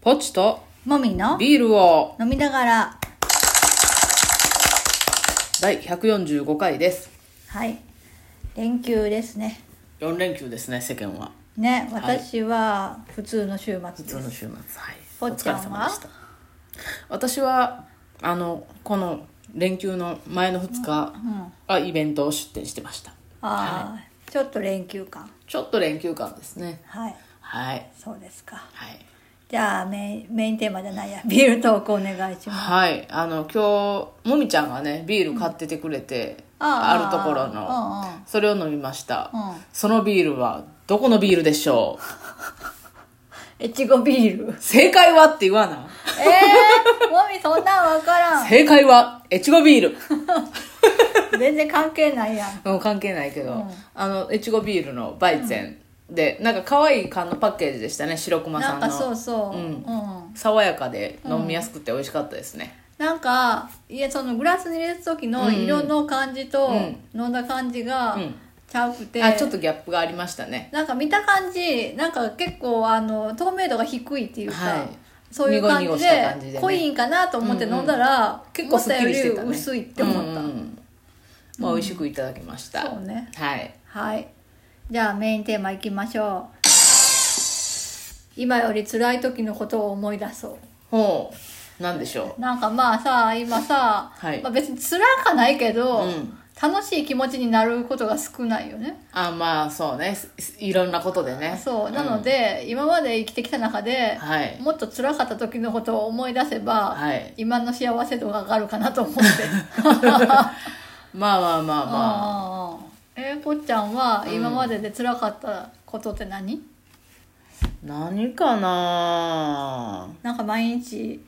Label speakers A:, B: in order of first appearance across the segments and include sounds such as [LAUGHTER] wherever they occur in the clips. A: ポチと
B: もみの
A: ビールを
B: 飲みながら
A: 第145回です
B: はい連休ですね
A: 4連休ですね世間は
B: ね私は普通の週
A: 普
B: 末
A: 通
B: で
A: の
B: す、
A: 週末はい
B: ぽっちゃんは
A: 私はあのこの連休の前の2日はイベントを出店してました
B: ああ、ちょっと連休感
A: ちょっと連休間ですね
B: はい
A: はい
B: そうですか
A: はい
B: じゃあメインメインテーマじゃないや [LAUGHS] ビールトークお願い
A: [LAUGHS]
B: します
A: はいあの今日もみちゃんがねビール買っててくれて、
B: あー
A: あるところの、
B: うんうん
A: それを飲みました、
B: うん
A: そのビールはどこのビールでしょう
B: えちごビール
A: 正解はって言わな
B: えー、もみそんなん分
A: [LAUGHS]
B: [LAUGHS] からん
A: 正解はエチゴビール
B: 全然関係ないやん
A: うん関係ないけど、あのエチゴビールのバイゼンで、なんか可愛い缶のパッケージでしたね白熊さ
B: なんん
A: の
B: かそうそう、
A: うん
B: うん、
A: 爽やかで飲みやすくて美味しかったですね、
B: なんかいやそのグラスに入れた時の色の感じと
A: うん
B: 飲んだ感じが
A: うん
B: ちゃうくて、
A: あちょっとギャップがありましたね
B: なんか見た感じなんか結構あの透明度が低いっていうか、
A: はい
B: そういう感
A: 濁々
B: じ
A: し
B: で
A: た感じでね
B: 濃いんかなと思って飲んだら、
A: 結構すっきりしてたね
B: 思ったより薄いって思った、
A: うんうんまあ、美味しくいただきました、
B: そうね
A: はい
B: はいじゃあメインテーマいきましょう今より辛い時のことを思い出そう
A: ほうなんでしょ
B: なんかまあさ今さ、
A: はい
B: まあ、別に辛かないけど、
A: うん
B: 楽しい気持ちになることが少ないよね
A: うあまあそうねすいろんなことでね
B: そうなの
A: ん
B: で、今まで生きてきた中で、
A: はい
B: もっと辛かった時のことを思い出せば、
A: はい
B: 今の幸せ度が上がるかな
A: [LAUGHS]
B: と思って
A: まあまあまあまあ
B: ああ [LAUGHS] えー、こっちゃんは今までで辛かったことって何、
A: 何かな
B: なんか毎日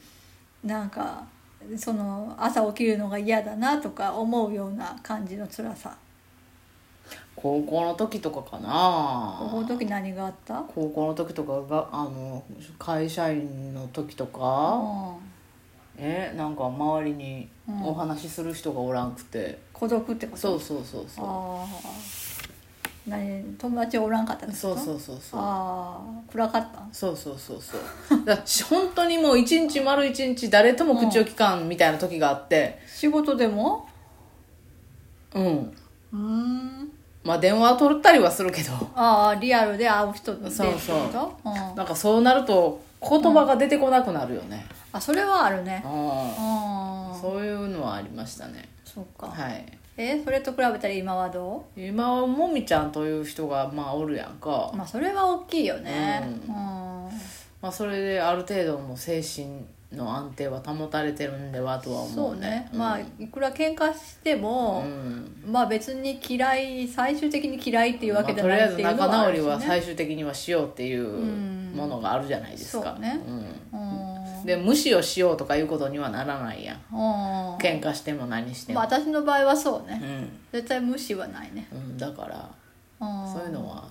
B: なんかその朝起きるのが嫌だなとか思うような感じの辛さ
A: 高校の時とかかな
B: この時何があった
A: 高校の時とかがあの会社員の時と
B: う
A: か、
B: ん
A: えなんか周りに
B: うん
A: お話しする人がおらんくて、
B: 孤独ってこと
A: そうそうそうそ
B: ああ何友達おらんかったん
A: う
B: です
A: そ
B: か
A: うそうそうそう
B: ああ暗かったん
A: そうそうそうそうだからし本当にもう一日丸一日誰とも口を聞かんみたいな時があって
B: 仕事でも
A: うん、
B: うーん
A: まあ電話は取ったりはするけど
B: ああリアルで会う人でって
A: そうそう
B: ことうん
A: なんかそうなると言葉が出てこなくなるよね、
B: あそれはあるね
A: う
B: あ
A: ん、
B: あ
A: そういうのはありましたね
B: そうか、
A: はい
B: えそれと比べたら今はど
A: 今はもみちゃんという人がまあおるやんか
B: うまあそれは大きいよね
A: う
B: うん、
A: まあ、それである程度もう精神の安定は保たれてるんではとは
B: そ
A: 思う
B: う
A: ね
B: ね、まあいくら喧嘩して
A: う
B: も、
A: ん
B: まあ別に嫌い最終的に嫌いっていうわけじゃ
A: ま
B: な
A: あ
B: い
A: と
B: って
A: り
B: いう
A: あえ
B: の
A: ず仲
B: はあ
A: 直
B: る
A: り
B: し、ね
A: は最終的にはしようっていううんものがあるじゃないですか
B: そうね
A: う
B: うん
A: ん、で無視をしようとかいうことにはならないやん
B: うん
A: 喧嘩しても何しても、
B: まあ、私の場合はそうね、
A: うん
B: 絶対無視はないね、
A: うん、だから
B: うん、
A: そういうのは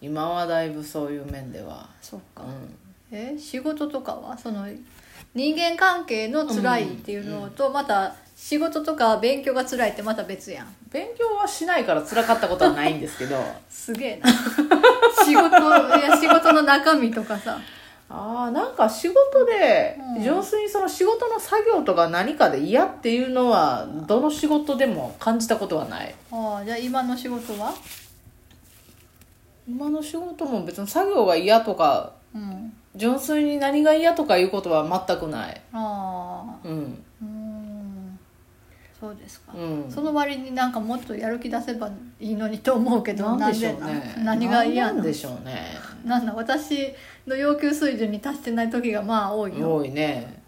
A: 今はだいぶそういう面では、
B: そうか
A: うん、
B: え仕事とかはその人間関係の辛いっていうのと、また仕事とか勉強が辛いってまた別やん
A: 勉強はしないから辛かったことはないんですけど
B: すげえな [LAUGHS] 仕事いや仕事の中身とかさ
A: あーなんか仕事で
B: うん
A: 純粋にその仕事の作業とか何かで嫌っていうのはどの仕事でも感じたことはない
B: ああじゃあ今の仕事は
A: 今の仕事も別に作業が嫌とか
B: うん
A: 純粋に何が嫌とかいうことは全くない
B: ああ
A: うん
B: うーんそうですか、
A: うん
B: その割になんかもっとやる気出せばいいのにと思うけど
A: なんでしょう
B: なん
A: ね
B: でな何が嫌
A: な
B: なんの
A: でしょうね
B: なんだ私の要求水準に達してない時がまあ多いよ、
A: 多いね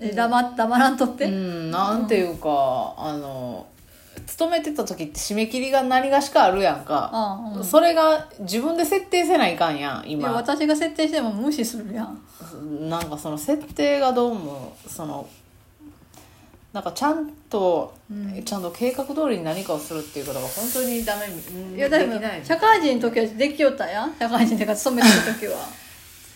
B: うんえ黙っ黙らんとっ
A: う
B: て、
A: んなんていうかあの勤めてた時って締め切りが何がしかあるやんか
B: ああうん
A: それが自分で設定せないかんやん
B: い
A: 今
B: や私が設定しても無視するやん
A: なんかその設定がどうもそのなんかちゃんと、ちゃんと計画通りに何かをするっていうことが本当にダメうん
B: いやでも
A: できない
B: 社会人の時はできよったやん社会人っていうか勤めてた時は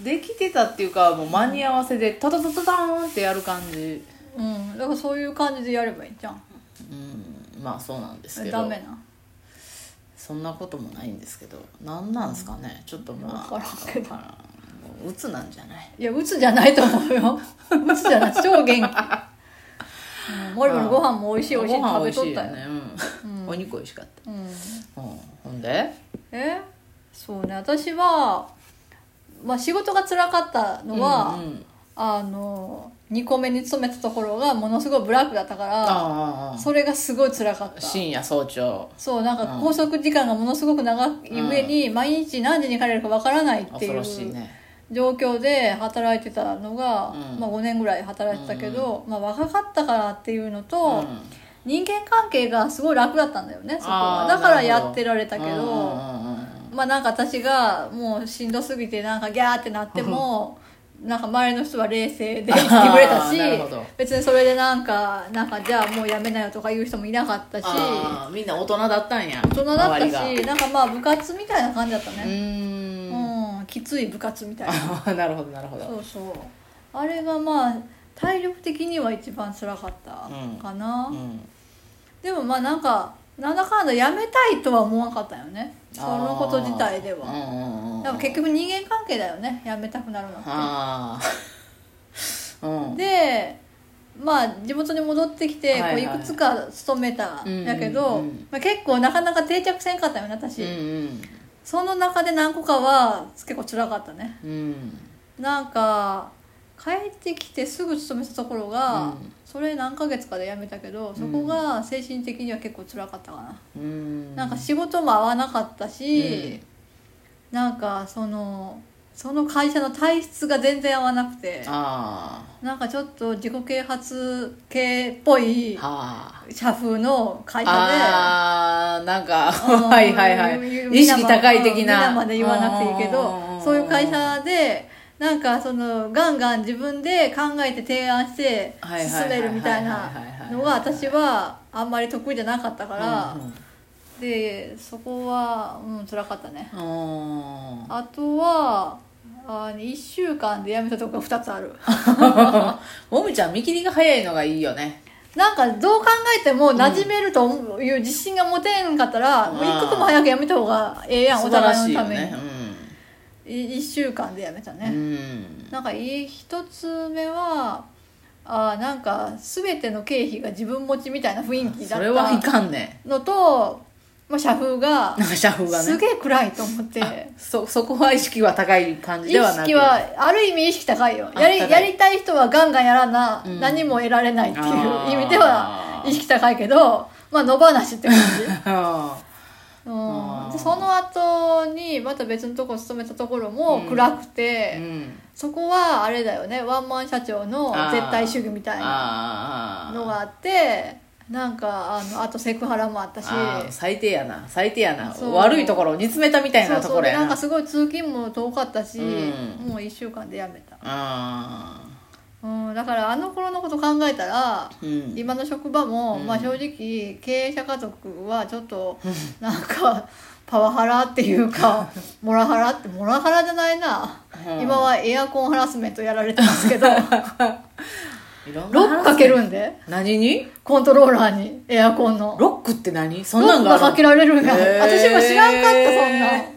A: できてたっていうかもう間に合わせでタタタタターンってやる感じ
B: うんだからそういう感じでやればいいじゃん
A: うんまあそうなんですけど
B: ダメな
A: そんなこともないんですけどなんなんですかねちょっとまあ
B: わからんけど
A: わからんもう鬱なんじゃない
B: いや鬱じゃないと思う
A: [LAUGHS]
B: よ鬱じゃない超元気うんモリモリご飯も美味しい美味しい
A: ご飯
B: 食
A: 美
B: べ
A: 味し
B: と
A: い
B: ったよ
A: ね、うんお肉美味しかっ
B: うん
A: た、うん、ほんで
B: えそうね私は、まあ、仕事が辛かったのは、
A: うんうん
B: あの2個目に勤めたところがものすごいブラックだったから
A: あああ
B: それがすごい辛かっ
A: あ
B: た
A: 深夜早朝
B: そうなんか
A: うん
B: 拘束時間がものすごく長い上に、毎日何時に帰れるかわからないって
A: 恐
B: い
A: ろしいうね
B: 状況で働いてたのが、
A: うん
B: まあ、5年ぐらい働いてたけど、まあ、若かったからっていうのと、
A: うん
B: 人間関係がすごい楽だったんだよねそこは
A: あー
B: だから
A: なるほど
B: やってられたけど、
A: うんうんうんうん
B: まあなんか私がもうしんどすぎてなんかギャーってなって
A: [LAUGHS]
B: もなんか周りの人は冷静で来てくれたし
A: なるほど
B: 別にそれでなんかなんかじゃあもうやめなよとか言う人もいなかったし大
A: あーみんな大人だったんや大
B: 人だった
A: う
B: しなんかまあ部活みたいな感じだったねう
A: ーん
B: ん、きつい部活み
A: [LAUGHS]
B: たいな
A: あーなるほどなるほ
B: そ
A: ど
B: うそうあれがまあ体力的には一番辛かったかな、
A: うん
B: でもまあなんかなんだかんだやめたいとは思わなかったよねそのこと自体では
A: あーうんうんうん
B: でも結局人間関係だよね辞めたくなるのっ
A: ああうん
B: てでまあ地元に戻ってきて
A: はい
B: こ
A: は
B: う
A: い
B: いくつか勤めた
A: うんうんうん
B: んだけど、まあ、結構なかなか定着せんかったよね私、
A: うん
B: その中で何個かは結構辛かったね
A: うんうん
B: なんか帰ってきてすぐ勤めたところが、
A: うん
B: それ何ヶ月かで辞めたけどそこが精神的には結構辛かったかな、
A: うん
B: なんか仕事も合わなかったし、
A: うん
B: なんかそのその会社の体質が全然合わなくて
A: あ
B: なんかちょっと自己啓発系っぽい
A: あは
B: 社風の
A: あ
B: 会社で。
A: あーなんか
B: う
A: [LAUGHS]
B: ん
A: はいはいは
B: みん
A: い
B: な
A: 意識高い的な
B: うんみんなまで言わなくていいけどそういう会社でなんかそのガンガン自分で考えて提案して
A: はいはい
B: 進めるみたいなのは私はあんまり得意じゃなかったから、
A: うんうん
B: でそこはうん辛かったね
A: うん
B: あとはあ1週間で辞めたとこが2つある
A: もみちゃん見切りが早いのがいいよね
B: なんかどう考えても馴染めるという自信が持てんかったら、
A: うん
B: もう一刻も早く辞めた方がええやんお
A: 素晴ら
B: 互
A: し
B: い
A: い
B: の
A: よ
B: ために、
A: ね
B: 1週間で辞めた
A: うん
B: ね、なんかいい一つ目はあーなんか全ての経費が自分持ちみたいな雰囲
A: うん
B: 気だ
A: それはい
B: っ
A: かんね
B: たのと、まあ、社風
A: なん
B: が
A: か社風が
B: す
A: ね
B: げえ暗いと思って。
A: そそこは意識は高い感じ
B: 意
A: ではなく
B: 識はある意味意識高いよ
A: あ
B: やり
A: 高い
B: やりたい人はガンガンやらな、
A: うん
B: 何も得られないっていう
A: あー
B: 意味では意識高いけどまあ野放しって感じ、
A: あ
B: うん
A: あ、ー
B: でその後にまた別のとこ勤めたところも暗くて
A: ー、うん
B: そこはあれだよねワンマン社長の絶対主義みたいな
A: あーあーあー
B: のがあってなんかあのあとセクハラもあったし
A: あー最低やな最低やな
B: そう
A: 悪いところを煮詰めたみたい
B: そ
A: な
B: う
A: と
B: そ
A: こ
B: う
A: ろ
B: で
A: や
B: なん
A: な
B: かすごい通勤も遠かったし、
A: うん
B: もう1週間で辞めた。
A: あ
B: うん、だからあの頃のこと考えたら
A: ーうん
B: 今の職場も、
A: うん
B: まあ、正直経営者家族はちょっと [LAUGHS] なんかパワハラってい
A: [LAUGHS]
B: うかモラハラってモラハラじゃないな、
A: うん
B: 今はエアコンハラスメントやられてま
A: [LAUGHS]
B: すけど
A: いろんな
B: ロックかけるんで
A: 何に
B: コントローラーにエアコンの
A: ロックって何そ
B: ロ
A: んな
B: ッ
A: ん
B: ク
A: が
B: が
A: あ
B: か
A: る
B: けられるんや、
A: へー
B: 私も知らんかったそんな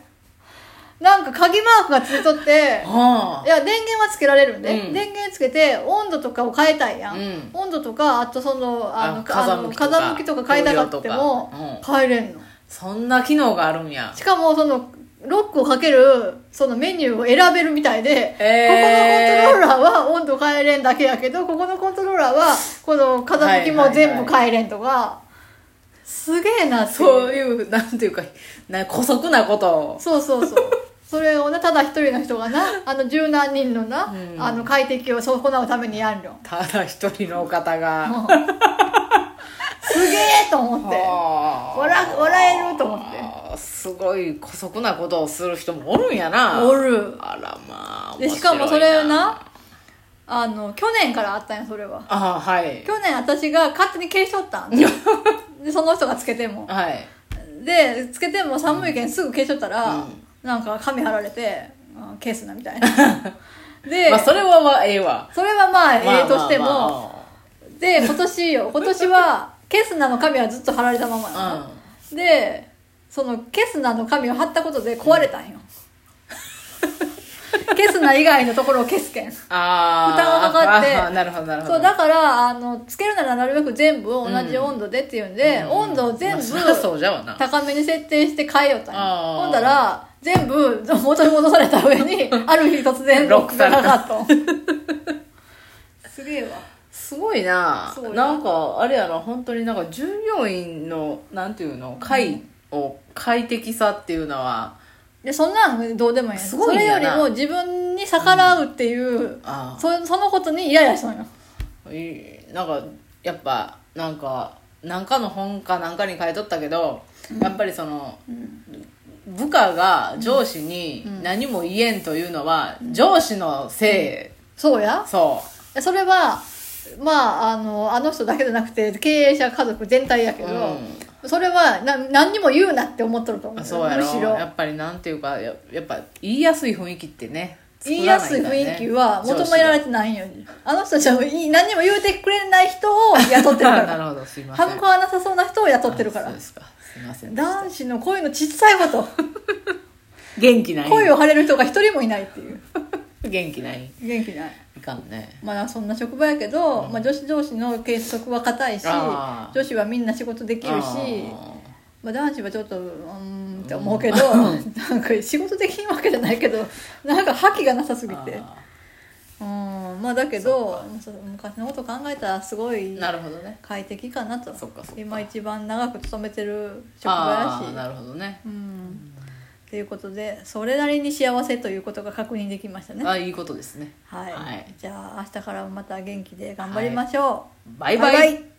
B: なんか鍵マークがついとって
A: はい
B: や電源はつけられるんで、
A: うん
B: 電源つけて温度とかを変えたいやん、
A: うん
B: 温度とかあとそのあの
A: あ風向きとか
B: あの風向きとか変えたかっても
A: 風量と
B: 変えれんの、
A: あそんな機能があるんや
B: しかもそのロックをかけるそのメニューを選べるみたいで、
A: へー
B: ここのコントローラーは温度変えれんだけやけどここのコントローラーはこの風向きも全部変えれんとか、すげえなっていう
A: [LAUGHS] そういうなんていうかな姑息なことを
B: そうそうそう。それをなただ一人の人がなあの十何人のな、
A: うん
B: あの快適を損なうためにやんの
A: ただ一人のお方が
B: すげえと思って
A: 笑
B: 笑笑えると思って
A: すごい姑息なことをする人もおるんやな
B: おる
A: あらまあ
B: で
A: 面白いな
B: しかもそれなあの去年からあったんやそれは
A: ああはい
B: 去年私が勝手に消しとったん [LAUGHS] でその人がつけても
A: はい
B: でつけても寒いけんすぐ消しとったら、
A: うん
B: なんか髪貼られてあ消すなみたいな [LAUGHS] で、
A: まあそれはまあええわ
B: それはまあええ、
A: まあ
B: としても、
A: まあま
B: で今年よ今年はケスナの髪はずっと貼られたまま
A: あ
B: なのでそのケスナの紙を貼ったことで壊れたんよ、ケスナ以外のところを消すけん
A: ああ
B: 負担がかかって
A: なるほどなるほど
B: そうだからあのつけるならなるべく全部同じ温度でっていうんで、温度を全部
A: まあそりゃそうじゃわな
B: 高めに設定して変えよったんよ
A: あー
B: ほんだら全部元に戻された上
A: [LAUGHS]
B: にある日突然
A: ロックされた
B: ロックがかかったすげえわ
A: すごいな
B: そうよ
A: なんかあれやな本当になんか従業員のなんていうの会を快適さっていうのは
B: でそんなんどうでもいいやん
A: すごいん
B: それ
A: だ
B: よ
A: な
B: りも自分に逆らうっていう、
A: ああ
B: そそのことにイライラしたのよ
A: いいなんかやっぱなんかなんかの本かなんかに書いとったけど、やっぱりその、部下が上司に何も言えんというのは、上司のせい、
B: そうや
A: そ
B: それはまああのあの人だけじゃなくて経営者家族全体やけど、それはな何にも言うなって思っとると思
A: う
B: う
A: そうやろ
B: むし
A: や
B: ろ
A: っぱりなんていうかややっぱ言いやすい雰囲気ってね
B: 言いやすい雰囲気は求められ
A: て
B: てないようにあの人たちはいい何にも言うてくれない人を雇ってる
A: [LAUGHS]
B: か
A: なる
B: ら
A: ほどすいません
B: 反抗はなさそうな人を雇ってるか
A: あそ
B: ら
A: うですかすいません
B: 男子の恋のちっちゃいこと
A: 元気ない
B: 恋を張れる人が一人もいないっていう
A: 元気ない
B: 元気ない
A: いかんね
B: まあそんな職場やけど、まあ、女子同士の結束は固いし
A: あー
B: 女子はみんな仕事できるし
A: あー
B: まあ、男子はちょっとうーんって思うけど、なんか仕事できんわけじゃないけどなんか覇気がなさすぎて
A: あ
B: うんまあだけどそう昔のこと考えたらすごい
A: ーなるほどね
B: 快適かなと
A: そっかそっか
B: 今一番長く勤めてる職
A: あ
B: 場
A: あー
B: や
A: な
B: し
A: るほどね
B: うんということでそれなりに幸せということが確認できましたね
A: あいいことですね
B: はい、
A: はい
B: じゃあ明日からもまた元気で頑張りましょう、
A: バイバイ